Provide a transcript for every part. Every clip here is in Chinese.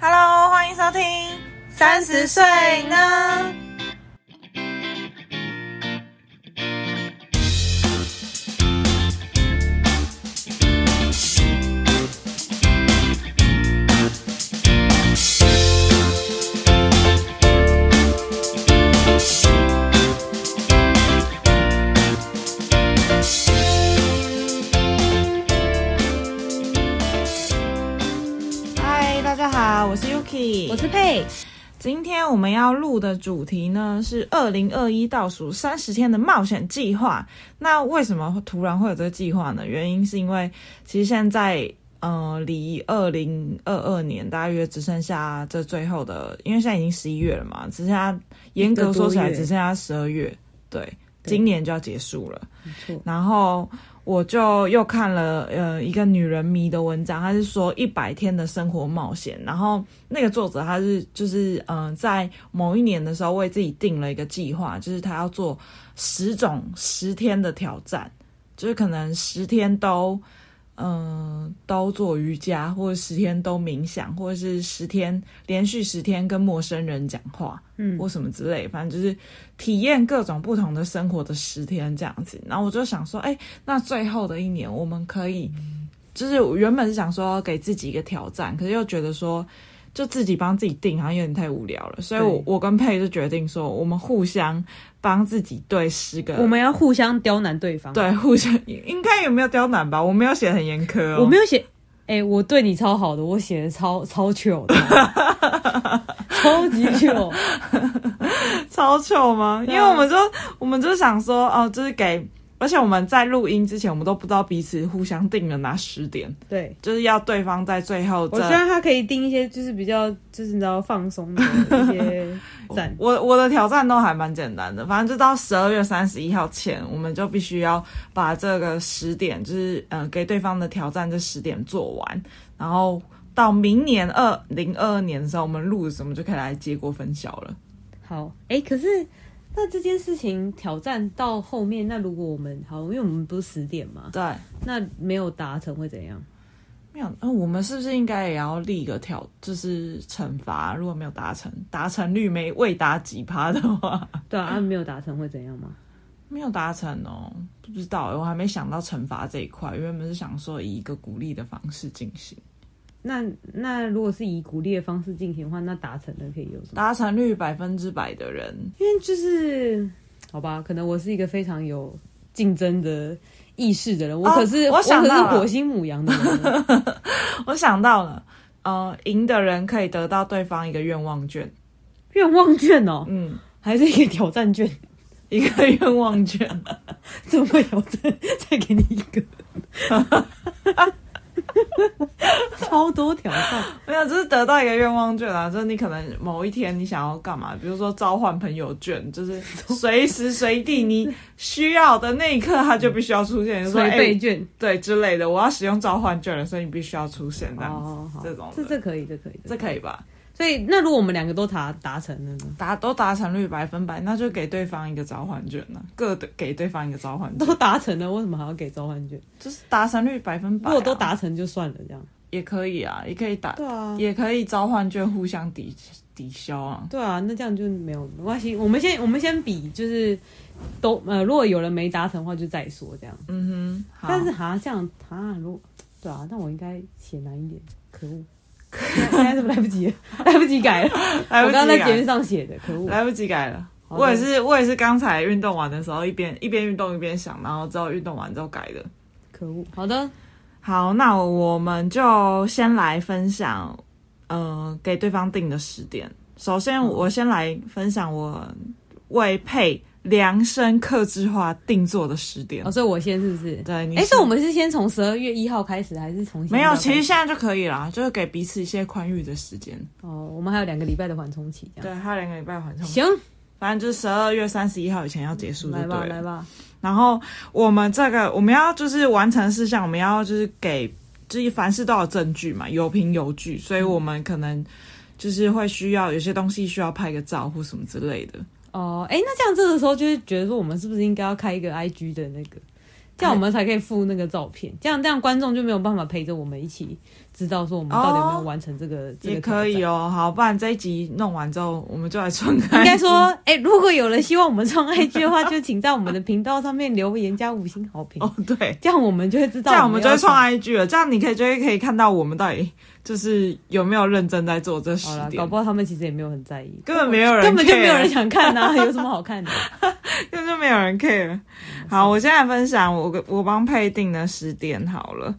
Hello，欢迎收听《三十岁呢》。嗨，大家好，我是 Yuki，我是佩，今天我们要录的主题呢是二零二一倒数三十天的冒险计划。那为什么突然会有这个计划呢？原因是因为其实现在呃离二零二二年大约只剩下这最后的，因为现在已经十一月了嘛，只剩下严格说起来一个多月只剩下十二月，对，对今年就要结束了。没错，然后我就又看了呃一个女人迷的文章，她是说一百天的生活冒险。然后那个作者他是就是嗯、呃在某一年的时候为自己定了一个计划，就是他要做十种十天的挑战，就是可能十天都。嗯，都做瑜伽，或者十天都冥想，或者是十天连续十天跟陌生人讲话，嗯，或什么之类，反正就是体验各种不同的生活的十天这样子。然后我就想说，哎、那最后的一年我们可以，就是我原本是想说给自己一个挑战，可是又觉得说。就自己帮自己定，好像有点太无聊了，所以我对我跟佩就决定说，我们互相帮自己对十个，我们要互相刁难对方。，对互相应该有没有刁难吧？我没有写得很严苛、哦，我没有写，哎、我对你超好的，我写的超超糗 的，超级糗。超糗吗？因对啊为我们就我们就想说，哦，就是给，而且我们在录音之前，我们都不知道彼此互相定了哪十点，对，就是要对方在最后 我这希。望他可以定一些，就是比较，就是你知道放松的一些赞。我我的挑战都还蛮简单的，反正就到十二月三十一号前，我们就必须要把这个十点，就是嗯、呃给对方的挑战这十点做完，然后到明年二零二二年的时候，我们录什么就可以来结果分晓了。 好，哎、可是那这件事情挑战到后面，那如果我们好，因为我们不是十点嘛，对，那没有达成会怎样？没有，嗯、我们是不是应该也要立一个条，就是惩罚？如果没有达成，达成率没未达几趴的话， 对啊，啊没有达成会怎样吗？没有达成哦，不知道欸，我还没想到惩罚这一块。原本是想说以一个鼓励的方式进行，那那如果是以鼓励的方式进行的话，那达成的可以有什么？达成率百分之百的人，因为就是好吧，可能我是一个非常有竞争的意识的人，我可是、哦我想可到是了火星母羊的人，我想到了，呃，赢的人可以得到对方一个愿望券，愿望券哦、 嗯，还是一个挑战券，一个 愿望券， 这么挑战，再给你一 个，超多挑战， 没有，就是得到一个愿望券啊，就是你可能某一天你想要干嘛，比如说召唤朋友券，就是随时随地你需要的那一刻，它就必须要出现，就 说所以哎、备券。对之类的，我要使用召唤券了，所以你必须要出现这样子，哦，好，这种这的这可以，这可以，这可以吧？所以那如果我们两个都达达成了呢？达都达成率百分百，那就给对方一个召唤券呢、各得给对方一个召唤 券，都达成了，为什么还要给召唤券？就是达成率百分百、如啊，果都达成就算了，这样。也可以啊，也可以打，对啊，也可以召唤券互相抵抵消啊。对啊，那这样就没有没关系。我们先我们先比，就是都呃，如果有人没达成的话，就再说这样。嗯哼，好但是哈，这样哈，如果对啊，那我应该写难一点，可恶，现在是不是来不及了，来不及改了。来不我及啊刚刚在节改目上写的，可恶。来不及改了。好的我也是，我也是刚才运动完的时候，一边一边运动一边想，然后之后运动完之后改的。可恶，好的，嗯好，那我们就先来分享，呃，给对方定的十点。首嗯先，我先来分享我为配量身克制化定做的十点。哦，所以我先是不是？对，你哎，是所以我们是先从十二月一号开始，还是从现在没有，开始其实现在就可以啦，就是给彼此一些宽裕的时间。哦，我们还有两个礼拜的缓冲期，这样对，啊还有两个礼拜缓冲，行，反正就是十二月三十一号以前要结束就嗯来对吧了。来吧，然后我们这个我们要就是完成事项，我们要就是给就是凡事都有证据嘛，有凭有据，所以我们可能就是会需要有些东西需要拍个照或什么之类的。哦，哎，那这样这个时候就会觉得说，我们是不是应该要开一个 IG 的那个这样我们才可以附那个照片，这样这样观众就没有办法陪着我们一起知道说我们到底有没有完成这个、这个也可以挑战。哦。好，不然这一集弄完之后，我们就来创开。应该说，哎、如果有人希望我们创 IG 的话，就请在我们的频道上面留言加五星好 评，哦，对，这样我们就会知 这道。样我们就会创创 IG 了。这样你可以就会可以看到我们到底就是有没有认真在做这十好了，搞点不。好他们其实也没有很在意，根本没有人根本就没有 care 人想看啊，有什么好看的？根本就没有人 care。好，我现在分享我给我帮佩定的十点好了。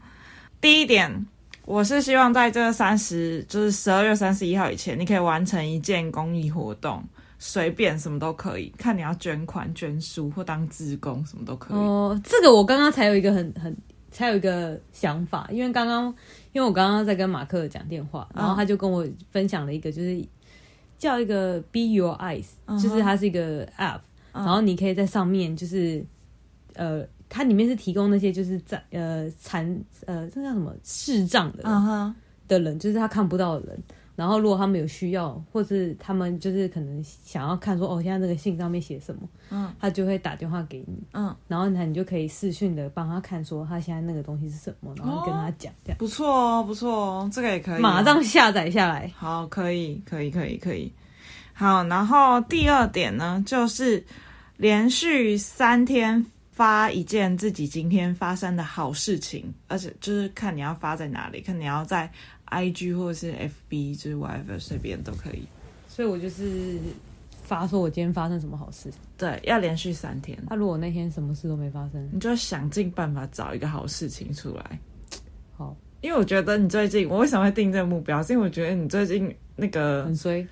第一点，我是希望在这三十，就是十二月三十一号以前，你可以完成一件公益活动，随便什么都可以，看你要捐款、捐书或当志工，什么都可以。哦，这个我刚刚才有一个很很才有一个想法，因为刚刚因为我刚刚在跟马克讲电话，嗯然后他就跟我分享了一个，就是叫一个 Be Your Eyes，、嗯哼就是它是一个 App，、嗯然后你可以在上面就是呃，它里面是提供那些就是在呃残呃这叫什么视障的人嗯哼，的人，就是他看不到的人。然后，如果他们有需要，或是他们就是可能想要看说，哦，现在这个信上面写什么，嗯，他就会打电话给你，嗯，然后呢，你就可以视讯的帮他看说他现在那个东西是什么，然后跟他讲这样，不错哦，不错哦，这个也可以哦、马上下载下来。好，可以，可以，可以，可以。好，然后第二点呢，就是连续三天发一件自己今天发生的好事情，而且就是看你要发在哪里，看你要在 IG 或者是 FB，就是 whatever 随便都可以。所以我就是发说我今天发生什么好事。对，要连续三天，那、如果那天什么事都没发生，你就想尽办法找一个好事情出来。好，因为我觉得你最近，我为什么会定这个目标？是因为我觉得你最近那个很衰。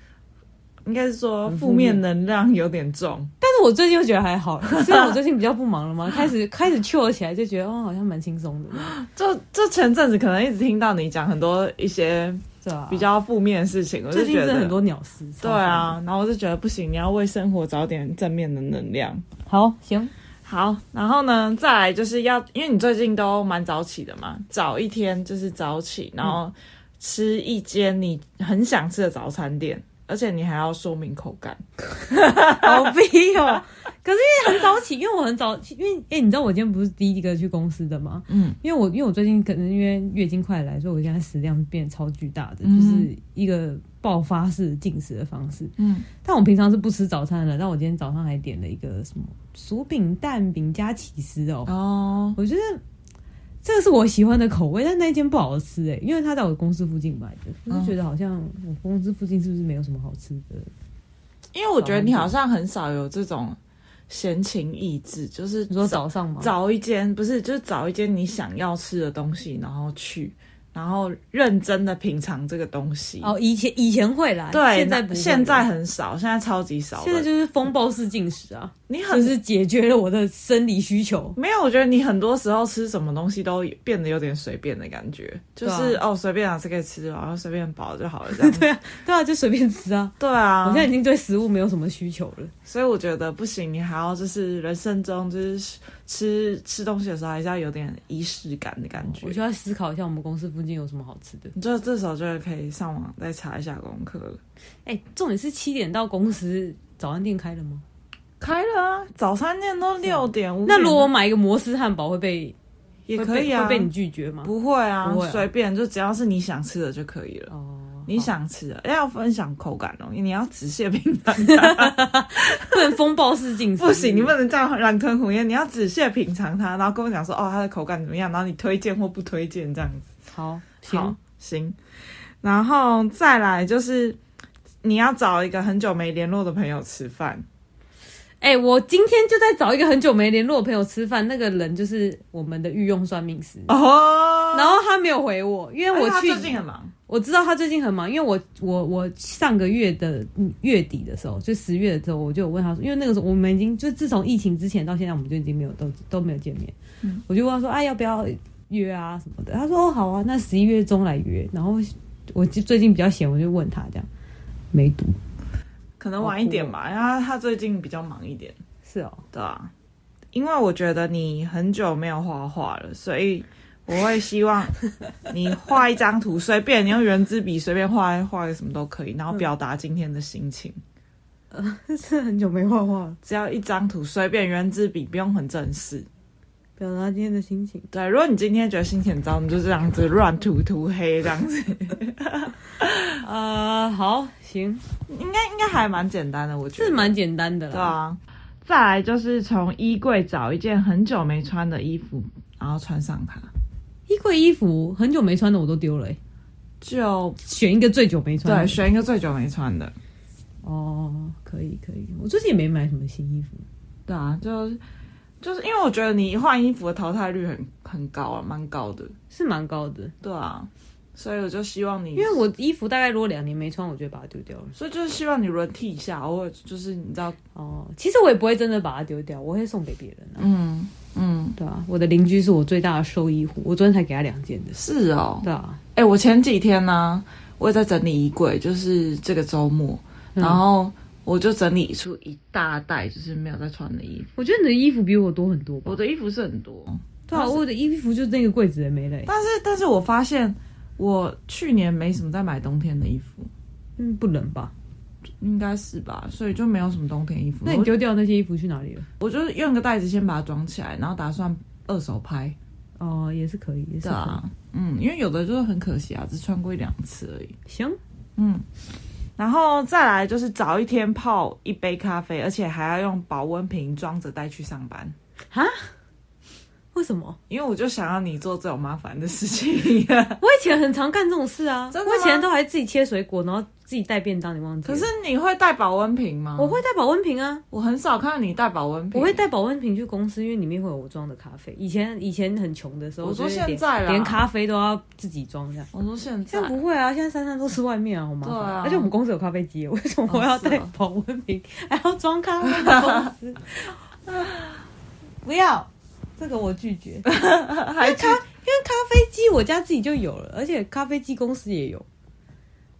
应该是说很负负面面能量有点重。但是我最近又觉得还 好，虽然我最近比较不忙了嘛，开始开始 chill 起来，就觉得哦，好像蛮轻松的，就就前阵子可能一直听到你讲很多一些是吧？比较负面的事情，我就啊最近觉真的得很多鸟事。对啊，然后我就觉得不行，你要为生活找点正面的能量。超烦的，好行，好，然后呢，再来就是要，因为你最近都蛮早起的嘛，早一天就是早起，然后吃一间你很想吃的早餐店，而且你还要说明口感。好逼哦。可是因为很早起，因为我很早起，因为哎、你知道我今天不是第一个去公司的吗？嗯，因为我因为我最近可能因为月经快来，所以我现在食量变超巨大的，嗯就是一个爆发式进食的方式。嗯，但我平常是不吃早餐的，但我今天早上还点了一个什么薯饼蛋饼加起司哦，哦，我觉得。这个是我喜欢的口味，但那一间不好吃哎、因为它在我公司附近买的，我就觉得好像我公司附近是不是没有什么好吃的？因为我觉得你好像很少有这种闲情逸致，就是你说早上吗？找一间不是，就是找一间你想要吃的东西，然后去，然后认真的品尝这个东西。哦，以前以前会来，对，现在那不会了现在很少，现在超级少了。现在就是风暴式进食 啊，你就很、是解决了我的生理需求。没有，我觉得你很多时候吃什么东西都变得有点随便的感觉，就是、对啊哦随便啊，这个吃然后随便饱就好了这样。 对 对啊，就随便吃啊。对啊， 我现在已经对食物没有什么需求了。所以我觉得不行，你还要就是人生中就是吃吃东西的时候还是要有点仪式感的感觉。哦我就要思考一下我们公司附近有什么好吃的。你就这时候就可以上网再查一下功课了。哎、重点是七点到公司早餐店开了吗？开了啊，早餐店都六点五。啊那如果我买一个摩斯汉堡会被也会可被以啊，会被你拒绝吗？不会啊不会，啊随、便就只要是你想吃的就可以了。哦，你想吃的要分享口感哦，你要仔细品 尝。不能风暴式进食，不行，你不们能这样狼吞虎咽，你要仔细品尝它，然后跟我讲说哦它的口感怎么样，然后你推荐或不推荐这样子。好好行，行，然后再来就是你要找一个很久没联络的朋友吃饭。哎、我今天就在找一个很久没联络的朋友吃饭，那个人就是我们的御用算命师。哦，然后他没有回我，因为我哎他去最近很忙，我知道他最近很忙，因为我我我上个月的嗯月底的时候，就十月的时候，我就有问他说，因为那个时候我们已经就自从疫情之前到现在，我们就已经没有都都没有见面，我就问他说，哎、要不要约啊什么的？他说哦好啊，那十一月中来约。然后我就最近比较闲，我就问他这样，没读可能晚一点哦吧，因为他他最近比较忙一点。是哦，对啊，因为我觉得你很久没有画画了，所以我会希 望你画一张图，随便你用圆珠笔随便画画个什么都可以，然后表达今天的心情。 是很久没画画了，只要一张图，随便圆珠笔，不用很正式。表达今天的心情。对，如果你今天觉得心情很糟，你就这样子乱涂涂黑这样子，呃，好，行，应该应该还蛮简单的，我觉得是蛮简单的啦。对啊。再来就是从衣柜找一件很久没穿的衣服，然后穿上它。衣柜衣服很久没穿的我都丢了、欸，就选一个最久没穿的。对，选一个最久没穿的。哦，可以可以，我最近也没买什么新衣服。对啊，就就是因为我觉得你换衣服的淘汰率很很高啊，蛮高的。是蛮高的，对啊，所以我就希望你，因为我衣服大概如果两年没穿，我就会把它丢掉了。所以就是希望你轮替一下，偶尔就是你知道，哦，其实我也不会真的把它丢掉，我会送给别人啊。嗯嗯，对啊，我的邻居是我最大的收衣户，我昨天才给他两件的。是哦。对啊，哎、我前几天呢、我也在整理衣柜，就是这个周末，嗯然后我就整理出一大袋就是没有在穿的衣服。我觉得你的衣服比我多很多吧我。的衣服是很多，对啊，我的衣服就那个柜子也没了欸、但是但是我发现我去年没什么在买冬天的衣服，嗯，不冷吧？应该是吧，所以就没有什么冬天衣服。那你丢掉那些衣服去哪里了？我就是用个袋子先把它装起来，然后打算二手拍。哦，也是可以，也是对可以。啊，嗯，因为有的就是很可惜啊，只穿过一两次而已。行，嗯，然后再来就是早一天泡一杯咖啡，而且还要用保温瓶装着带去上班。为什么？因为我就想要你做这种麻烦的事 情，可 我以前很常干这种事啊，真的吗我以前都还自己切水果，然后自己带便当，你忘记了？是你会带保温瓶吗？我，会带保温瓶啊，我很少看到你带保温瓶。我会带保温瓶去公司，因为里面会有我装的咖啡。以前以前很穷的时候，我说就是现连在啦连咖啡都要自己装这样。我说现在现在不会啊，现在三餐都吃外面啊，好麻烦。对啊哦而且我们公司有咖啡机，为什么我要带保温瓶，还要装咖啡到公 司？不要，这个我拒绝。因还为咖，因为咖啡机我家自己就有了，而且咖啡机公司也有，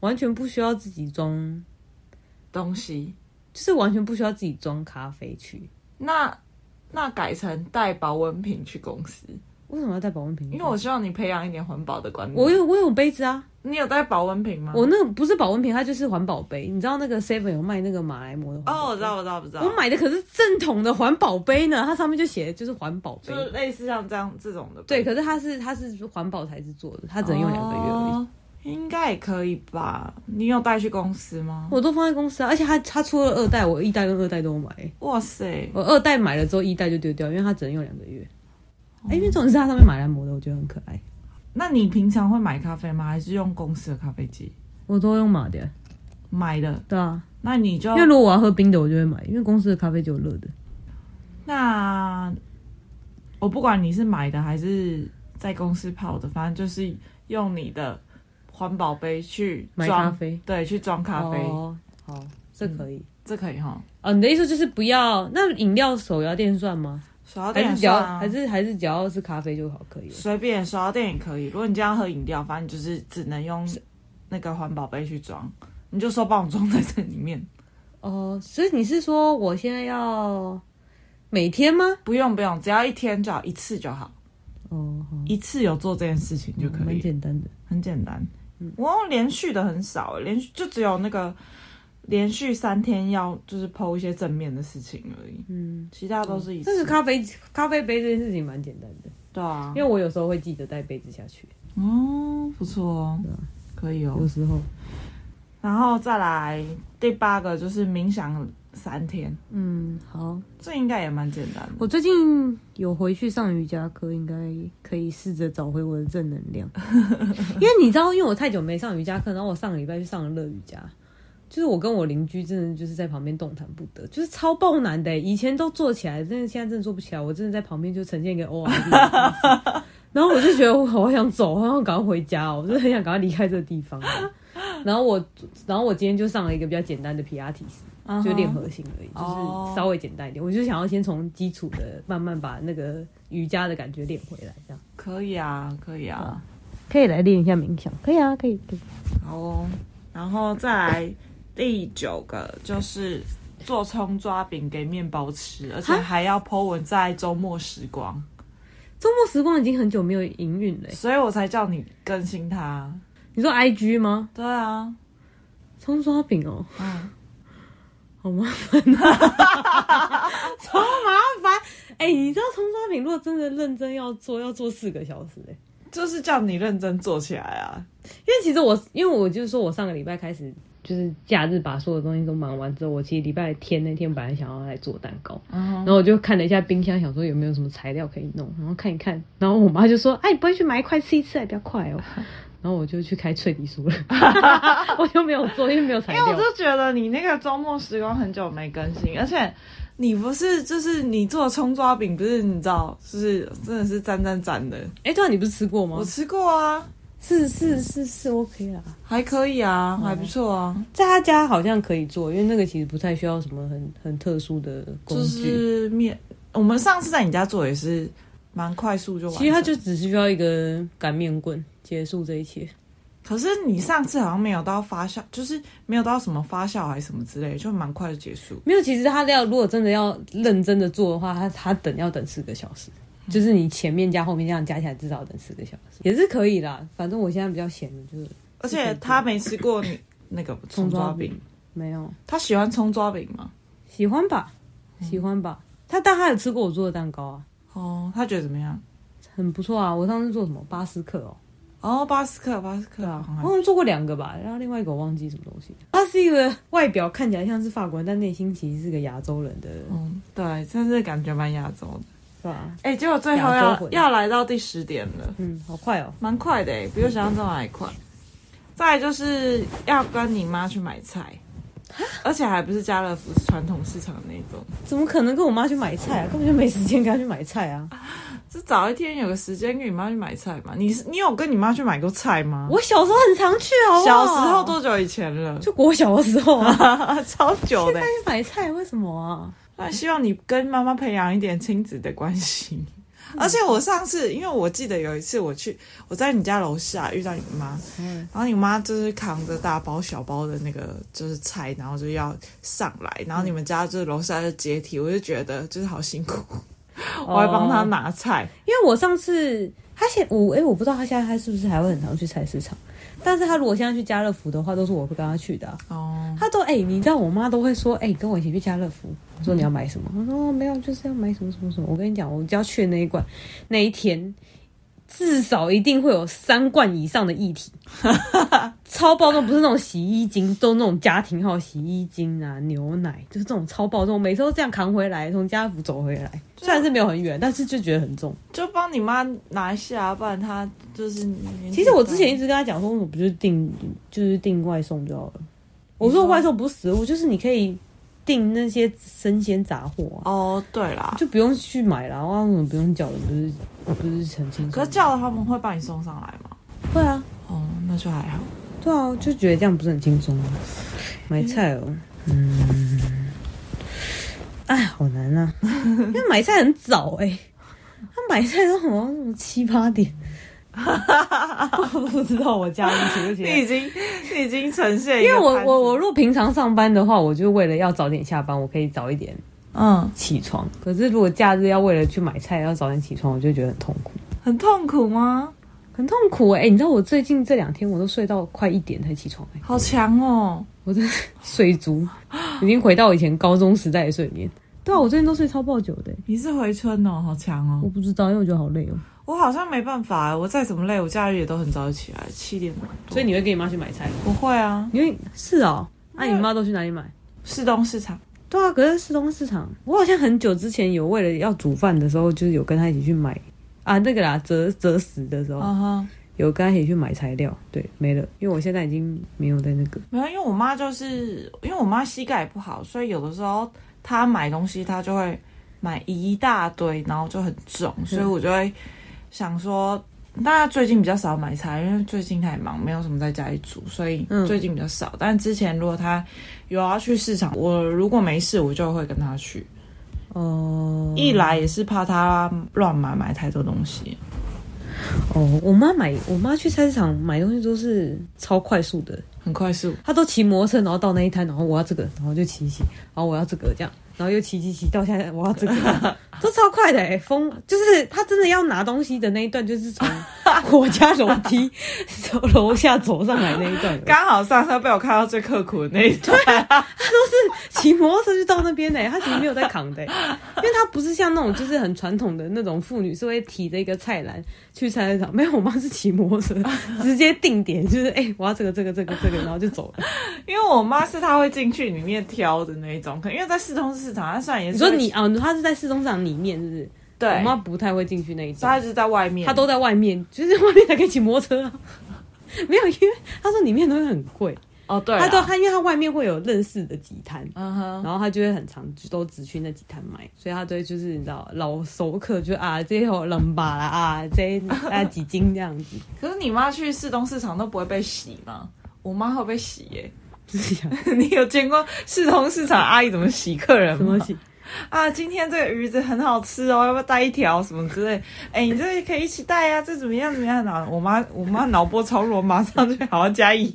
完全不需要自己装，东西，就是完全不需要自己装咖啡去。 那那改成带保温瓶去公司，为什么要带保温瓶？因为我希望你培养一点环保的观念。我有我有杯子啊，你有带保温瓶吗？我那个不是保温瓶，它就是环保杯。你知道那个 Seven 有卖那个马来貘的环哦，保我杯知道，我知道，我知道，我买的可是正统的环保杯呢，它上面就写的就是环保就。杯是类似像这样这种的。对，，可是它是它是环保材质做的，它只能用两个月而已。哦应该也可以吧？你有带去公司吗？我都放在公司啊，而且它它出了二代，我一代跟二代都有买。哇塞，我二代买了之后，一代就丢掉，因为它只能用两个月。哦哎、因为这种是它上面马来貘的，我觉得很可爱。那你平常会买咖啡吗？还是用公司的咖啡机我都用马的，买的？对啊，那你就因为如果我要喝冰的，我就会买，因为公司的咖啡就有热的。那我不管你是买的还是在公司泡的，反正就是用你的环保杯去买装咖啡，对，去装咖啡，哦，好，这可以。这可以哈。哦，你的意思就是不要那饮料手摇店算吗？手摇还店是也只要、算啊还是还是只要是咖啡就好可以了。随便手摇店也可以。如果你这样喝饮料，反正就是只能用那个环保杯去装，你就说帮我装在这里面。哦，所以你是说我现在要每天吗？不用不用，只要一天就好，一次就好，哦，好一次有做这件事情就可蛮以，简嗯单的。很简单。我用连续的很少，欸连续就只有那个连续三天要就是剖一些正面的事情而已，嗯，其他都是一但是次。咖啡咖啡杯这件事情蛮简单的，对啊因，为我有时候会记得带杯子下去，哦，不错哦对啊，可以哦。有时候，然后再来第八个就是冥想三天，嗯，好，这应该也蛮简单的。我最近有回去上瑜伽课，应该可以试着找回我的正能量。因为你知道，因为我太久没上瑜伽课，然后我上个礼拜去上了乐瑜伽，就是我跟我邻居真的就是在旁边动弹不得，就是超爆难的欸、以前都做起来，真的现在真的做不起来，我真的在旁边就呈现一个 O R D 的姿势。然后我就觉得我好想走，我好想赶快回家哦，我真的很想赶快离开这个地方。哦然后我，然后我今天就上了一个比较简单的皮拉提斯。嗯哼就练核心而已，哦就是稍微简单一点。我就想要先从基础的慢慢把那个瑜伽的感觉练回来，这样可以啊，可以啊，可以来练一下冥想，可以啊，可以，可以。好哦。然后再来第九个就是做葱抓饼给面包吃，而且还要 po 文在周末时光，周末时光已经很久没有营运了欸、所以我才叫你更新它。你说 I G 吗？对啊，葱抓饼哦、嗯， 好麻烦、啊，超麻烦。哎、哎、你知道冲刷饼如果真的认真要做，要做四个小时哎、就是叫你认真做起来啊。因为其实我，因为我就是说我上个礼拜开始，就是假日把所有东西都忙完之后，我其实礼拜天那天本来想要来做蛋糕，嗯然后我就看了一下冰箱，想说有没有什么材料可以弄，然后看一看，然后我妈就说：“哎，你不会去买一块吃一次，比较快 哦。”然后我就去开脆皮酥 了，我就没有做，因为没有材因为我料。就觉得你那个周末时光很久没更新，而且你不是就是你做葱抓饼，不是你知道，就是真的是沾沾沾的。哎，对啊，你不是吃过吗我？吃过啊，是是是是 OK 啦，还可以啊，还不错啊。在他家好像可以做，因为那个其实不太需要什么很很特殊的工就具。是面，我们上次在你家做也是蛮快速就完成。其实他就只是需要一个擀面棍结束这一切。可是你上次好像没有到发酵，就是没有到什么发酵还是什么之类，就蛮快就结束。没有，其实他料如果真的要认真的做的话，他他等要等四个小时，就是你前面加后面这样加起来至少等四个小时也是可以啦。反正我现在比较闲的就是而且他没吃过你那个葱抓饼，，没有他喜欢葱抓饼吗？喜欢吧，喜欢吧。他但他有吃过我做的蛋糕啊，哦，他觉得怎么样？很不错啊。我上次做什么巴斯克哦，啊哦，巴斯克，巴斯克，好我好像做过两个吧，然后另外一个我忘记什么东西。他是一个外表看起来像是法国人，但内心其实是个亚洲人的，嗯，对，真是感觉蛮亚洲的。是吧？哎、结果最后亚要洲魂要来到第十点了，嗯，好快哦。蛮快的哎，比我想象中还快。再来就是要跟你妈去买菜，而且还不是家乐福是传统市场的那种，怎么可能跟我妈去买菜啊？根本就没时间跟她去买菜啊！是早一天有个时间跟你妈去买菜嘛？你是你有跟你妈去买过菜吗？我小时候很常去，好不小好？时候多久以前了？就国小的时候啊， 超久的欸带。去买菜，为什么啊？那希望你跟妈妈培养一点亲子的关系。嗯 而且我上次，因为我记得有一次我去我在你家楼下遇到你妈，嗯然后你妈就是扛着大包小包的那个就是菜，然后就要上来，然后你们家就是楼下就阶梯，我就觉得就是好辛苦，我还帮哦她拿菜。因为我上次他现我哎、我不知道他现在他是不是还会很常去菜市场，但是他如果现在去家乐福的话，都是我会跟他去的啊、哦，他都哎、你知道我妈都会说，哎、跟我一起去家乐福。我说你要买什么？我说哦没有，就是要买什么什么什么。我跟你讲，我只要去的那一罐，那一天至少一定会有三罐以上的液体，超爆重，不是那种洗衣精，都那种家庭号洗衣精啊，牛奶，就是这种超爆重，每次都这样扛回来，从家乐福走回来，虽然是没有很远，但是就觉得很重。就帮你妈拿一下，不然她就是年纪其实我之前大一直跟他讲说，我不就是订就是订外送就好了。我说外送不是食物，就是你可以订那些生鲜杂货、啊，哦，对啦，就不用去买啦。哇，为什么不用缴的？不是不是很轻松？可是叫了他们会帮你送上来吗？会啊，哦，那就还好。对啊，就觉得这样不是很轻松吗？买菜哦，嗯，哎，好难啊，因为买菜很早哎、他买菜都好像什么七八 点。我不知道我家里几点你已经你已经呈现一因个为我攀我我如果平常上班的话，我就为了要早点下班，我可以早一点嗯起床。可是如果假日要为了去买菜要早点起床，我就觉得很痛苦，很痛苦吗？很痛苦哎、欸你知道我最近这两天我都睡到快一点才起床哎、欸好强哦！我真是睡足， 已经回到以前高中时代的睡眠。对啊，我最近都睡超爆久的欸、你是回春哦，好强我哦！不知道，因为我觉得好累哦、我好像没办法，我再怎么累，我假日也都很早起来，七点多。所以你会跟你妈去买菜？不会啊，因为是哦、那、没有你妈都去哪里买？市东市场对啊，可是市东市场，我好像很久之前有为了要煮饭的时候，就是有跟他一起去买啊，那个啦，择择食的时候、啊哈，有跟他一起去买材料，对，没了，因为我现在已经没有在那个，没有，因为我妈就是因为我妈膝盖也不好，所以有的时候她买东西她就会买一大堆，然后就很重，所以我就会想说，那最近比较少买菜，因为最近太忙，没有什么在家里煮，所以嗯最近比较少。但之前如果她有要去市场，我如果没事，我就会跟她去。哦、一来也是怕她乱买买太多东西，哦，我妈买，我妈去菜市场买东西都是超快速的，很快速。她都骑摩托车，然后到那一摊，然后我要这个，然后就骑一骑，然后我要这个这样，然后又骑骑骑到现在我要这个，都超快的、欸，疯，就是她真的要拿东西的那一段就是从 我家楼梯 从楼下走上来那一段有，刚好上车被我看到最刻苦的那一段，骑摩托车就到那边的、他其实没有在扛的、欸 因为他不是像那种就是很传统的那种妇女是会提着一个菜篮去菜市场，没有，我妈是骑摩托车直接定点，就是哎、我要这个这个这个这个，然后就走 了。因为我妈是她会进去里面挑的那一种，可因为在市中市场，她虽然也你是说会你啊，他是在市中场里面是不是？对，我妈不太会进去那一所以她种，就是在外面，她都在外面，就是外面才可以骑摩托车、啊。 没有，因为她说里面的东西很贵，哦对啦，她都她因为她外面会有认识的几摊，嗯哼，然后他就会很常都只去那几摊买，所以他都会就是你知道老熟客就啊这有冷吧啦啊这啊几斤这样子，可是你妈去市东市场都不会被洗吗？我妈会被洗耶、 就是这样你有见过市东市场阿姨怎么洗客人什吗么？洗啊，今天这个鱼子很好吃哦，要不要带一条什么之类？哎、你这可以一起带呀、啊，这怎么样怎么样啊？我妈我妈脑波超弱，马上就好好加一。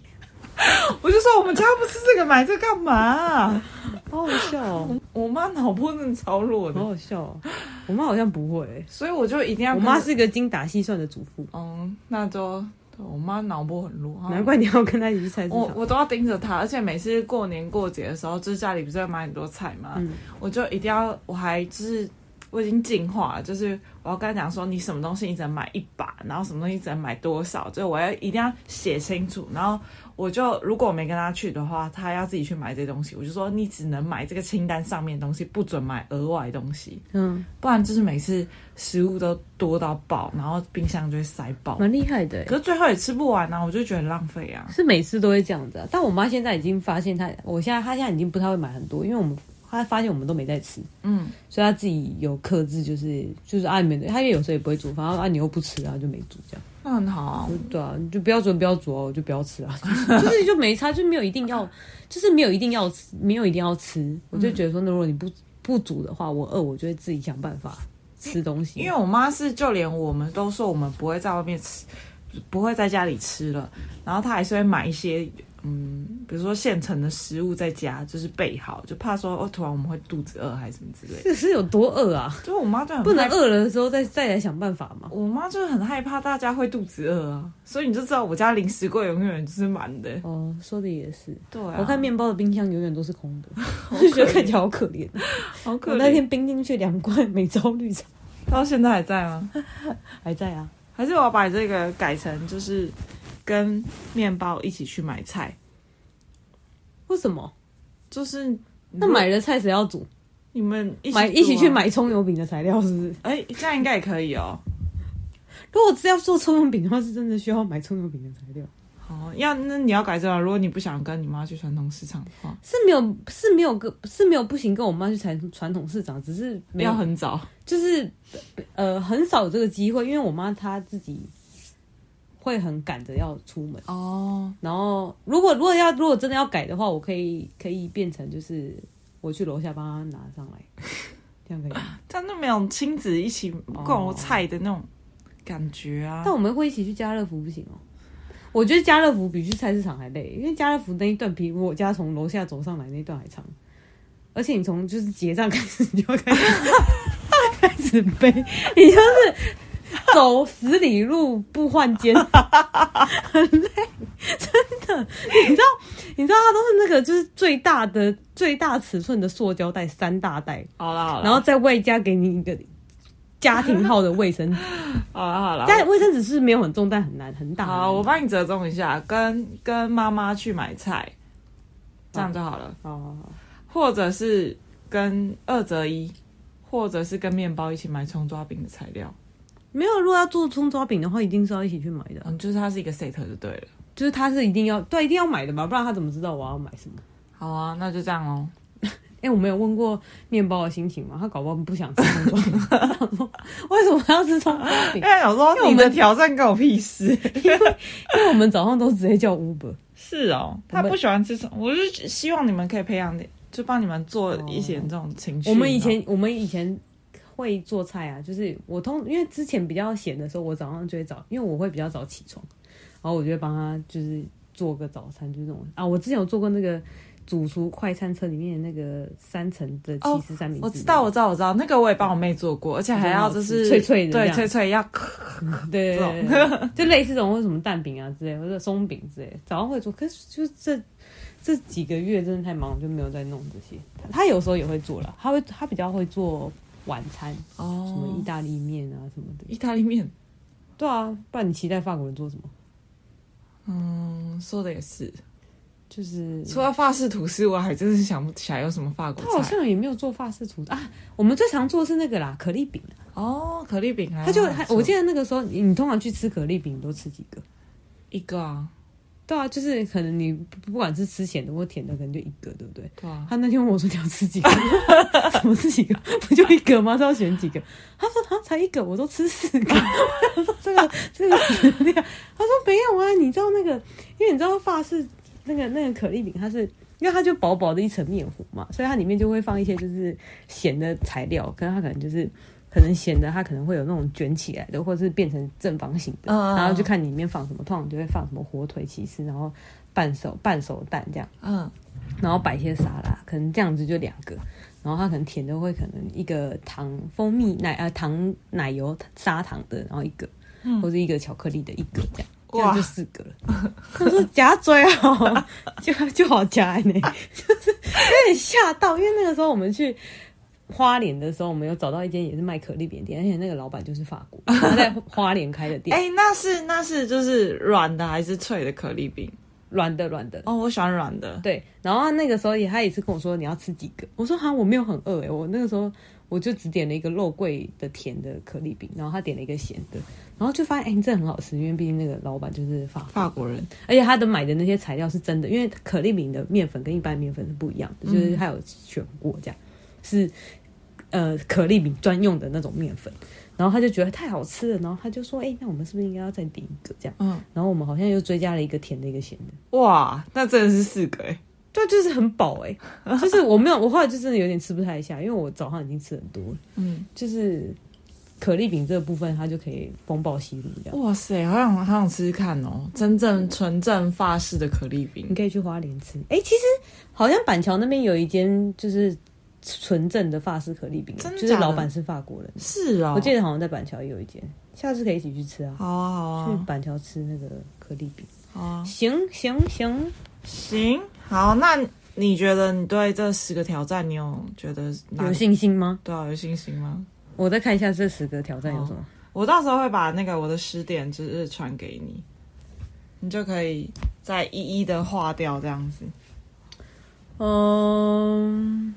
我就说我们家不吃这个，买这个干嘛啊、好好笑哦，我妈脑波真的超弱好的，好笑哦，我妈好像不会 欸、所以我就一定要我跟。妈是一个精打细算的主妇，嗯，那就对我妈脑波很弱，难怪你要跟她一起去菜市我场。我都要盯着她，而且每次过年过节的时候，就是家里不是会买很多菜嘛，嗯我就一定要，我还就是我已经进化了，就是我要跟他讲说，你什么东西你只能买一把，然后什么东西只能买多少，就是我要一定要写清楚。然后我就如果我没跟他去的话，他要自己去买这东西，我就说你只能买这个清单上面的东西，不准买额外的东西，嗯，不然就是每次食物都多到爆，然后冰箱就会塞爆。蛮厉害的欸、可是最后也吃不完啊，我就觉得很浪费啊。是每次都会这样子、啊，但我妈现在已经发现她，我现在她现在已经不太会买很多，因为我们她发现我们都没在吃，嗯，所以她自己有克制、就是，就是啊你们，她也有时候也不会煮，反正啊你又不吃啊就没煮这样。那很好啊。对啊，你就不要煮，不要煮哦，我就不要吃啊， 就是就是就没差，就没有一定要，就是没有一定要吃，没有一定要吃。我就觉得说，那如果你不不煮的话，我饿，我就会自己想办法吃东西。因为我妈是，就连我们都说我们不会在外面吃，不会在家里吃了，然后她还是会买一些，嗯，比如说现成的食物在家，就是备好，就怕说哦，突然我们会肚子饿还是什么之类的。这是有多饿啊？ 就是我妈就很不害，能饿了的时候再再来想办法嘛。我妈就是很害怕大家会肚子饿啊，所以你就知道我家零食柜永远就是满的。哦，说的也是。对啊，我看面包的冰箱永远都是空 的，我就觉得看起来好可怜。好可我那怜，天冰进去两罐美招绿茶，到现在还在吗？还在啊。还是我要把这个改成就是跟面包一起去买菜，为什么？就是那买了菜谁要煮？你们一起买一起煮啊去买葱油饼的材料是不是？哎、这样应该也可以哦。如果只要做葱油饼的话，是真的需要买葱油饼的材料，好，要那你要改正啊。如果你不想跟你妈去传统市场的话，是没有是没有个是没有不行跟我妈去传传统市场，只是不没有要很早。就是呃很少有这个机会，因为我妈她自己会很赶着要出门，哦，然后如果如果要如果真的要改的话，我可以可以变成就是我去楼下帮她拿上来，这样可以吗。但那没有亲子一起购菜的那种感觉啊。但我们会一起去家乐福不行哦。我觉得家乐福比去菜市场还累，因为家乐福那一段比我家从楼下走上来那一段还长，而且你从就是结账开始你就要开始开始背，你就是走十里路不换肩，很累，真的。你知道，你知道它都是那个就是最大的最大尺寸的塑胶袋三大袋，好啦好啦，然后再外加给你一个家庭号的卫生纸。好啦好啦，但卫生纸是没有很重，但很难很大。好，我帮你折中一下，跟跟妈妈去买菜，这样就好了。哦，或者是跟二择一，或者是跟面包一起买葱抓饼的材料。没有。如果要做葱抓饼的话，一定是要一起去买的，嗯，就是它是一个 set 就对了。就是他是一定要对，一定要买的吧，不然他怎么知道我要买什么？好啊，那就这样喽。哎、我没有问过面包的心情嘛，他搞不好不想吃葱抓饼， 他说为什么要吃葱抓饼因？为想说我你们的挑战跟我屁事。因为我们早上都直接叫 Uber， 是哦，他不喜欢吃什么，我就希望你们可以培养点，就帮你们做一些这种情绪。我们以你知前我们以前会做菜啊，就是我通因为之前比较闲的时候，我早上就会早，因为我会比较早起床，然后我就会帮他就是做个早餐，就是那种啊，我之前有做过那个主厨快餐车里面的那个三层的起哦司三明治、我知道， 我知道，我知道，那个我也帮我妹做过，而且还要就是脆脆的这对，样脆脆 要对这对对对就类似这种或者什么蛋饼啊之类，或者松饼之类，早上会做。可是就这这几个月真的太忙，就没有再弄这些。他他有时候也会做了，他会他比较会做晚餐，什么哦意，大利面啊什么的。意大利面，对啊，不然你期待法国人做什么？嗯，说的也是。就是除了法式吐司，我还真是想不起来有什么法国他好菜。像也没有做法式厨啊。我们最常做的是那个啦，可丽饼啊。哦，可丽饼还他就还他，我记得那个时候，你你通常去吃可丽饼，你都吃几个？一个啊，对啊，就是可能你不不管是吃咸的或甜的，可能就一个，对不对？对啊，他那天问我说你要吃几个？ 什么吃几个？不就一个吗？是要选几个？他说他才一个，我都吃四个。 我想说这个这个食量，他说没有啊，你知道那个，因为你知道法式那个那个可丽饼，它是因为它就薄薄的一层面糊嘛，所以它里面就会放一些就是咸的材料，可能它可能就是。可能咸的，它可能会有那种卷起来的，或者是变成正方形的，嗯然后就看你里面放什么，通常就会放什么火腿起司，然后半熟半熟蛋这样。嗯，然后摆一些沙拉，可能这样子就两个，然后它可能甜的会可能一个糖蜂蜜奶呃糖奶油砂糖的，然后一个，嗯或者一个巧克力的一个这样。这哇样就四个了，他说夹嘴哦， 就就好夹呢，就是有点吓到，因为那个时候我们去花莲的时候，我们有找到一间也是卖可丽饼店，而且那个老板就是法国，他在花莲开的店，哎、那是那是就是软的还是脆的可丽饼？软的软的，哦，我喜欢软的。对，然后他那个时候也他也是跟我说你要吃几个，我说哈我没有很饿诶、我那个时候我就只点了一个肉桂的甜的可丽饼，然后他点了一个咸的，然后就发现哎、诶这很好吃，因为毕竟那个老板就是法国，法国人，而且他的买的那些材料是真的，因为可丽饼的面粉跟一般面粉是不一样的，就是他有选过这样，是呃可丽饼专用的那种面粉，然后他就觉得太好吃了，然后他就说哎、诶那我们是不是应该要再点一个这样？嗯，然后我们好像又追加了一个甜的一个咸的。哇，那真的是四个哎、对，就是很饱 哎、就是我没有，我后来就真的有点吃不太下，因为我早上已经吃很多了，嗯，就是可丽饼这个部分它就可以风暴吸入这样。哇塞，好想好想吃吃看哦，真正纯正法式的可丽饼你。可以去花莲吃，哎、其实好像板桥那边有一间就是纯正的法式可丽饼，真的就是假的老板是法国人，是哦，我记得好像在板桥也有一间，下次可以一起去吃啊，哦好啊好去啊板桥吃那个可丽饼。好啊，行行行，行，好，那你觉得你对这十个挑战，你有觉得哪有信心吗？对啊有信心吗？我再看一下这十个挑战有什么。我到时候会把那个我的十点之日传给你，你就可以再一一的划掉这样子。嗯。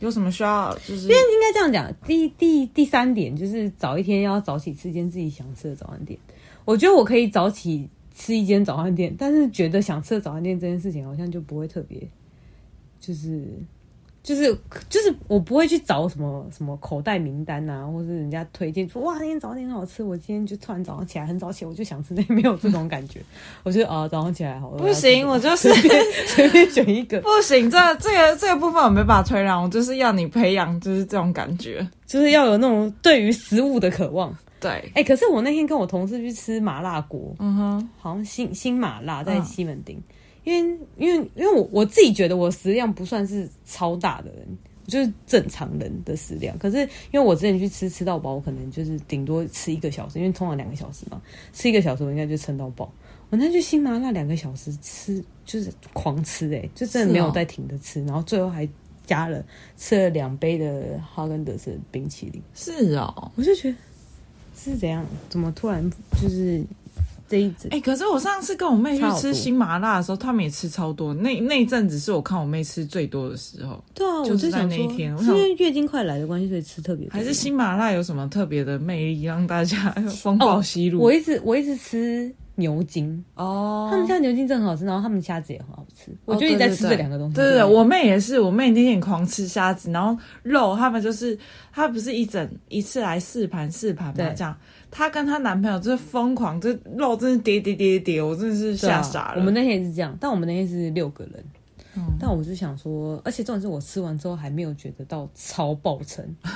有什么需要就是因为应该这样讲，第第第三点就是早一天要早起吃一间自己想吃的早餐店。我觉得我可以早起吃一间早餐店，但是觉得想吃的早餐店这件事情好像就不会特别，就是就是就是我不会去找什么什么口袋名单啊，或是人家推荐说哇那间早餐店很好吃，我今天就突然早上起来很早起来我就想吃那，没有这种感觉。 我觉得啊、早上起来好饿啊不行，我 就是随便选一个，不行，这这个这个部分我没办法推让，我就是要你培养就是这种感觉。 就是要有那种对于食物的渴望。对，哎、可是我那天跟我同事去吃麻辣锅，嗯哼，好像新新麻辣在嗯西门町，因为因为因为我我自己觉得我食量不算是超大的人，我就是正常人的食量。可是因为我之前去吃吃到饱，我可能就是顶多吃一个小时，因为通常两个小时嘛，吃一个小时我应该就撑到饱。我那去新麻辣两个小时吃，就是狂吃哎、就真的没有是哦在停的吃，然后最后还加了吃了两杯的哈根德斯的冰淇淋。是哦。我就觉得是怎样，怎么突然就是这一整哎、可是我上次跟我妹去差好多吃新麻辣的时候，他们也吃超多。那那一阵子是我看我妹吃最多的时候，对啊，就是我就想在那说，一天我是因想为月经快来的关系，所以吃特别多还是新麻辣有什么特别的魅力让大家风暴吸入？我一直我一直吃牛筋，哦他们家牛筋真的很好吃，然后他们虾子也很好吃，我就一直得在吃这两个东哦西。对啊对对，我妹也是，我妹那天也狂吃虾子，然后肉他们就是，她不是一整一次来四盘四盘嘛对，这样。她跟她男朋友就是疯狂，这肉真是叠叠叠叠，我真的是对啊吓傻了。我们那天也是这样，但我们那天是六个人。嗯但我就想说，而且重点是我吃完之后还没有觉得到超爆撑，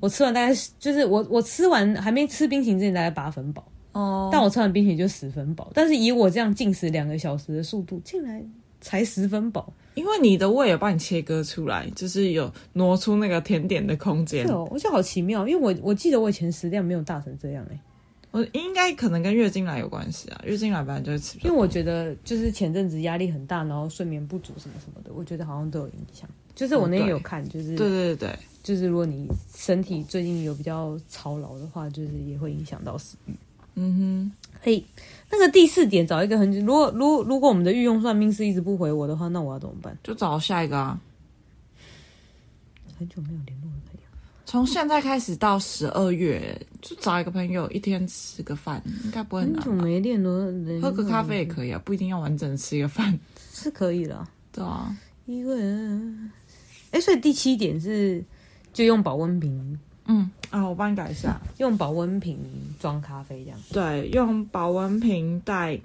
我吃完大概是就是我我吃完还没吃冰淇淋之前大概八分饱，哦，啊但我吃完冰淇淋就十分饱，但是以我这样进食两个小时的速度，竟然才十分饱，因为你的胃也帮你切割出来，就是有挪出那个甜点的空间是。哦，我觉得好奇妙，因为我我记得我以前食量没有大成这样哎、我应该可能跟月经来有关系啊，月经来本来就会吃比较因多。为我觉得就是前阵子压力很大，然后睡眠不足什么什么的，我觉得好像都有影响。就是我那嗯天对有看，就是、对对对对，就是如果你身体最近有比较操劳的话，就是也会影响到食欲。嗯可以，那个第四点找一个很，如果如果如果我们的御用算命师一直不回我的话，那我要怎么办哼，？就找下一个啊。很久没有联络了，朋友。从现在开始到十二月，就找一个朋友一天吃个饭，应该不会很很难久吧？没联络了，嗯喝个咖啡也可以啊，不一定要完整吃一个饭。是可以了。对啊，一个人，哎、所以第七点是就用保温瓶，嗯啊，我帮你改一下。用保温瓶装咖啡这样。对，用保温瓶带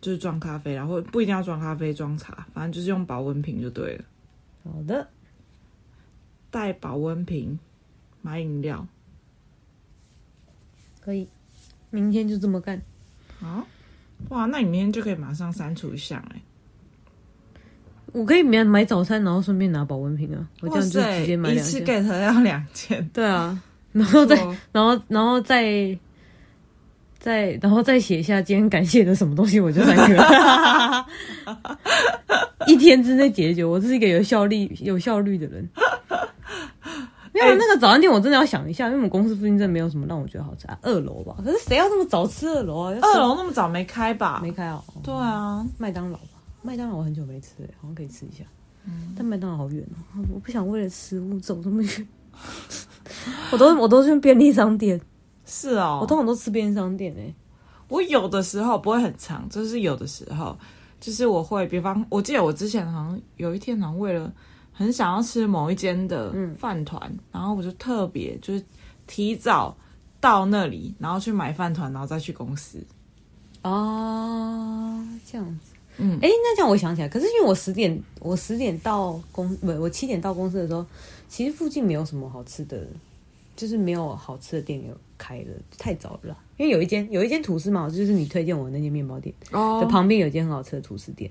就是装咖啡啦，然后不一定要装咖啡装茶，反正就是用保温瓶就对了。好的，带保温瓶买饮料。可以，明天就这么干。好，哇，那你明天就可以马上删除一项哎、我可以买买早餐，然后顺便拿保温瓶啊，我这哇样就塞，直接买一两次件。 get 要两件， 对啊，然后再哇然后然后再再然后再写一下今天感谢的什么东西，我就三个， 一天之内解决。我这是一个有效率有效率的人。没有、哎那个早餐店，我真的要想一下，因为我们公司附近真的没有什么让我觉得好吃、啊。二楼吧，可是谁要这么早吃二楼啊？要吃二楼那么早没开吧没？开哦，对啊，麦当劳吧，麦当劳我很久没吃、欸，好像可以吃一下。但麦当劳好远哦，我不想为了食物走这么远。 我都我都去便利商店，是哦，我通常都吃便利商店欸诶、我有的时候不会很长，就是有的时候，就是我会，比方我记得我之前好像有一天好像为了很想要吃某一间的嗯饭团，然后我就特别就是提早到那里，然后去买饭团，然后再去公司。哦，这样子。嗯哎、那这样我想起来，可是因为我十点，我十点到公，不，我七点到公司的时候，其实附近没有什么好吃的，就是没有好吃的店有开的，太早了啦。因为有一间有一间吐司嘛，就是你推荐我的那间面包店的哦旁边有一间很好吃的吐司店，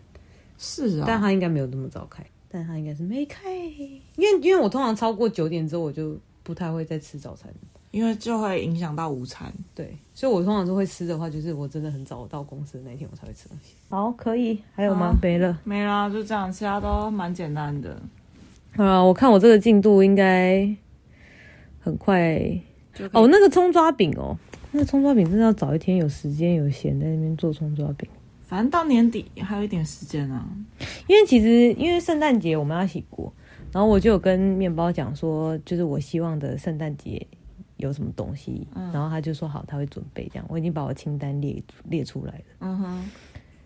是但啊，它应该没有那么早开，但它应该是没开，因为因为我通常超过九点之后我就不太会再吃早餐，因为就会影响到午餐。对，所以我通常都会吃的话，就是我真的很早到公司的那一天我才会吃东西。好，啊可以，还有吗？好没了。没啦，就这样，其他都蛮简单的。好了，我看我这个进度应该很快就可以哦。那个葱抓饼哦，那个葱抓饼真的要早一天有时间有闲在那边做葱抓饼，反正到年底还有一点时间啊。因为其实因为圣诞节我们要一起过，然后我就有跟面包讲说，就是我希望的圣诞节。有什么东西，嗯然后他就说好，他会准备这样。我已经把我清单列列出来了。嗯哼，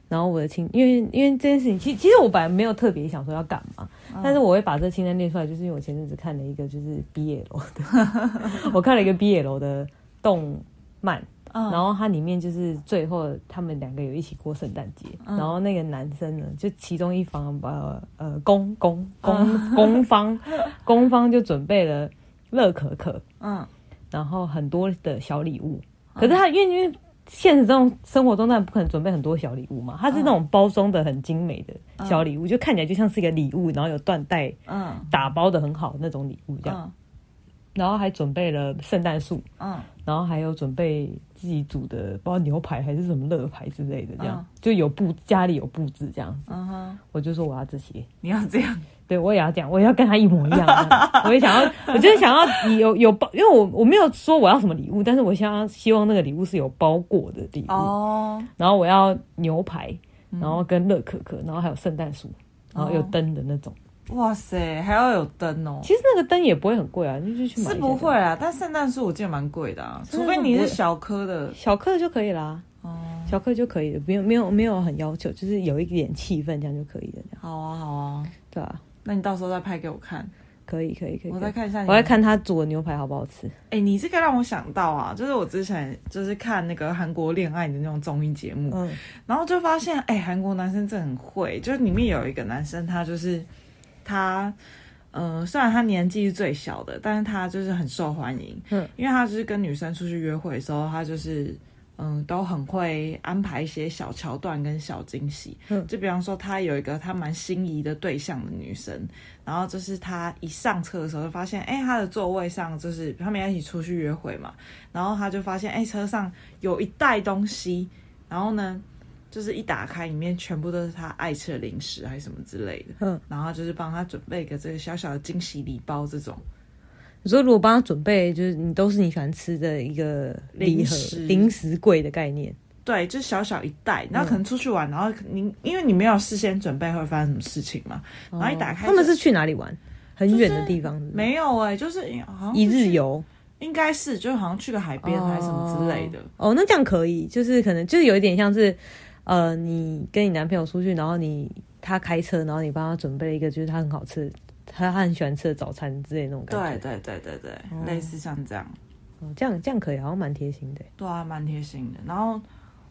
然后我的清，因为因为这件事情，其其实我本来没有特别想说要干嘛，嗯但是我会把这清单列出来，就是因为我前阵子看了一个就是 BL 的， 我看了一个 BL 的动漫，嗯然后它里面就是最后他们两个有一起过圣诞节，嗯然后那个男生呢，就其中一方把呃攻攻嗯攻攻方攻方就准备了乐可可，嗯，然后很多的小礼物。可是他因为因为现实中生活中当然不可能准备很多小礼物嘛，他是那嗯种包装的很精美的小礼物，就看起来就像是一个礼物，然后有缎带嗯打包的很好那种礼物这样。嗯然后还准备了圣诞树，嗯然后还有准备自己煮的，不知道牛排还是什么乐牌之类的，这样嗯就有布家里有布置这样。嗯哼，我就说我要这些，你要这样。对，我也要这样，我也要跟他一模一 样这样。我也想要，我就是想要有有包，因为我我没有说我要什么礼物，但是我想要希望那个礼物是有包裹的礼物。哦，嗯然后我要牛排，然后跟乐可可，然后还有圣诞树，然后哦有灯的那种。哇塞，还要有灯哦。其实那个灯也不会很贵啊，你就去买。是不会。啊，但圣诞树我记得蛮贵的啊，除非你是小颗的小克就可以啦，哦。小克就可以了，没有没有没有很要求，就是有一点气氛这样就可以了，这样好啊，好啊，对啊，那你到时候再拍给我看，可以可以可以。我可以再看一下你。我在。看他煮的牛排好不好吃。哎、你这个让我想到啊，就是我之前就是看那个韩国恋爱的那种综艺节目，嗯然后就发现，哎、韩国男生真的很会，就是里面有一个男生，他就是他，呃，虽然他年纪是最小的，但是他就是很受欢迎，嗯因为他就是跟女生出去约会的时候，他就是嗯，都很会安排一些小桥段跟小惊喜。嗯就比方说，他有一个他蛮心仪的对象的女生，然后就是他一上车的时候就发现，哎、他的座位上就是他们要一起出去约会嘛，然后他就发现，哎、车上有一袋东西，然后呢，就是一打开里面全部都是他爱吃的零食还是什么之类的，嗯，然后就是帮他准备一个这个小小的惊喜礼包这种。你说如果帮他准备，就是你都是你喜欢吃的一个礼零盒食零食柜的概念，对，就小小一袋，然后可能出去玩，然后你因为你没有事先准备会发生什么事情嘛，然后一打开哦他们是去哪里玩？很远的地方是不是没有哎、就是好像嗯一是去日，游应该是就好像去个海边还是什么之类的，哦。哦那这样可以，就是可能就是有一点像是，呃，你跟你男朋友出去，然后你他开车，然后你帮他准备了一个就是他很好吃，他他很喜欢吃的早餐之类的那种感觉。对对对对对，类似像这样，哦，这样这样可以，好像蛮贴心的。对啊，蛮贴心的。然后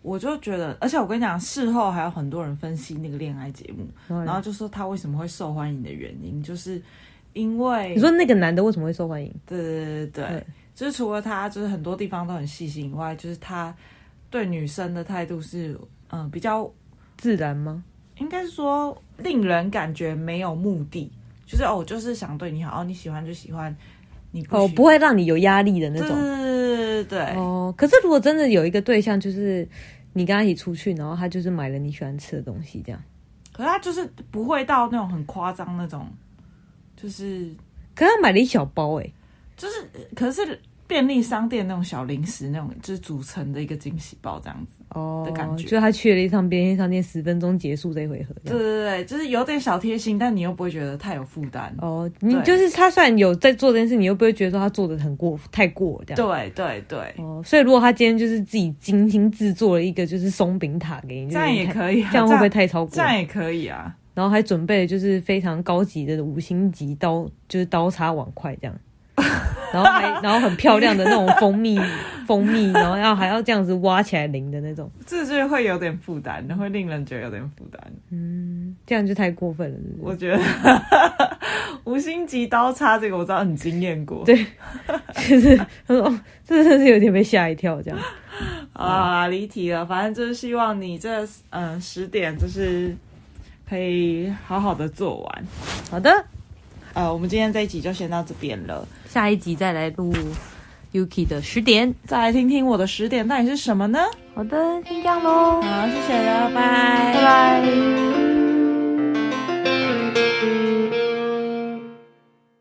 我就觉得，而且我跟你讲，事后还有很多人分析那个恋爱节目，然然后后就说他为什么会受欢迎的原因，就是因为你说嗯那个男的为什么会受欢迎？对对对对，对对就是除了他就是很多地方都很细心以外，就是他对女生的态度是嗯比较自然吗？应该是说令人感觉没有目的，就是哦我就是想对你好，哦你喜欢就喜欢，你不哦，喜不会让你有压力的那对种。对对对对哦，可是如果真的有一个对象，就是你跟他一起出去，然后他就是买了你喜欢吃的东西，这样。可是他就是不会到那种很夸张那种，就是可是他买了一小包、欸，就是可是便利商店那种小零食那种，就是组成的一个惊喜包这样子。哦，的感觉就他去了一趟便利商店，十分钟结束这一回合。这对样对对，就是有点小贴心，但你又不会觉得太有负担。哦，你对就是他虽然有在做这件事，你又不会觉得说他做的很过太过这样。对对对，哦，所以如果他今天就是自己精心制作了一个就是松饼塔给你，这样也就是太可以啊，这样会不会太超过这？样也可以啊？然后还准备了就是非常高级的五星级刀，就是刀叉碗筷这样，然后还 然后很漂亮的那种蜂蜜 蜂蜜，然后要还要这样子挖起来淋的那种，这是会有点负担的，会令人觉得有点负担。这样就太过分了是不是我觉得五星级刀叉这个我知道很惊艳过。对就是他说哦，这真的是有点被吓一跳这样。好啦，好啦离题了，反正就是希望你这嗯十点就是可以好好的做完。好的，呃，我们今天这一集就先到这边了，下一集再来录 Yuki 的十点。再来听听我的十点到底是什么呢？好的，先这样喽，好，谢谢了，拜拜拜。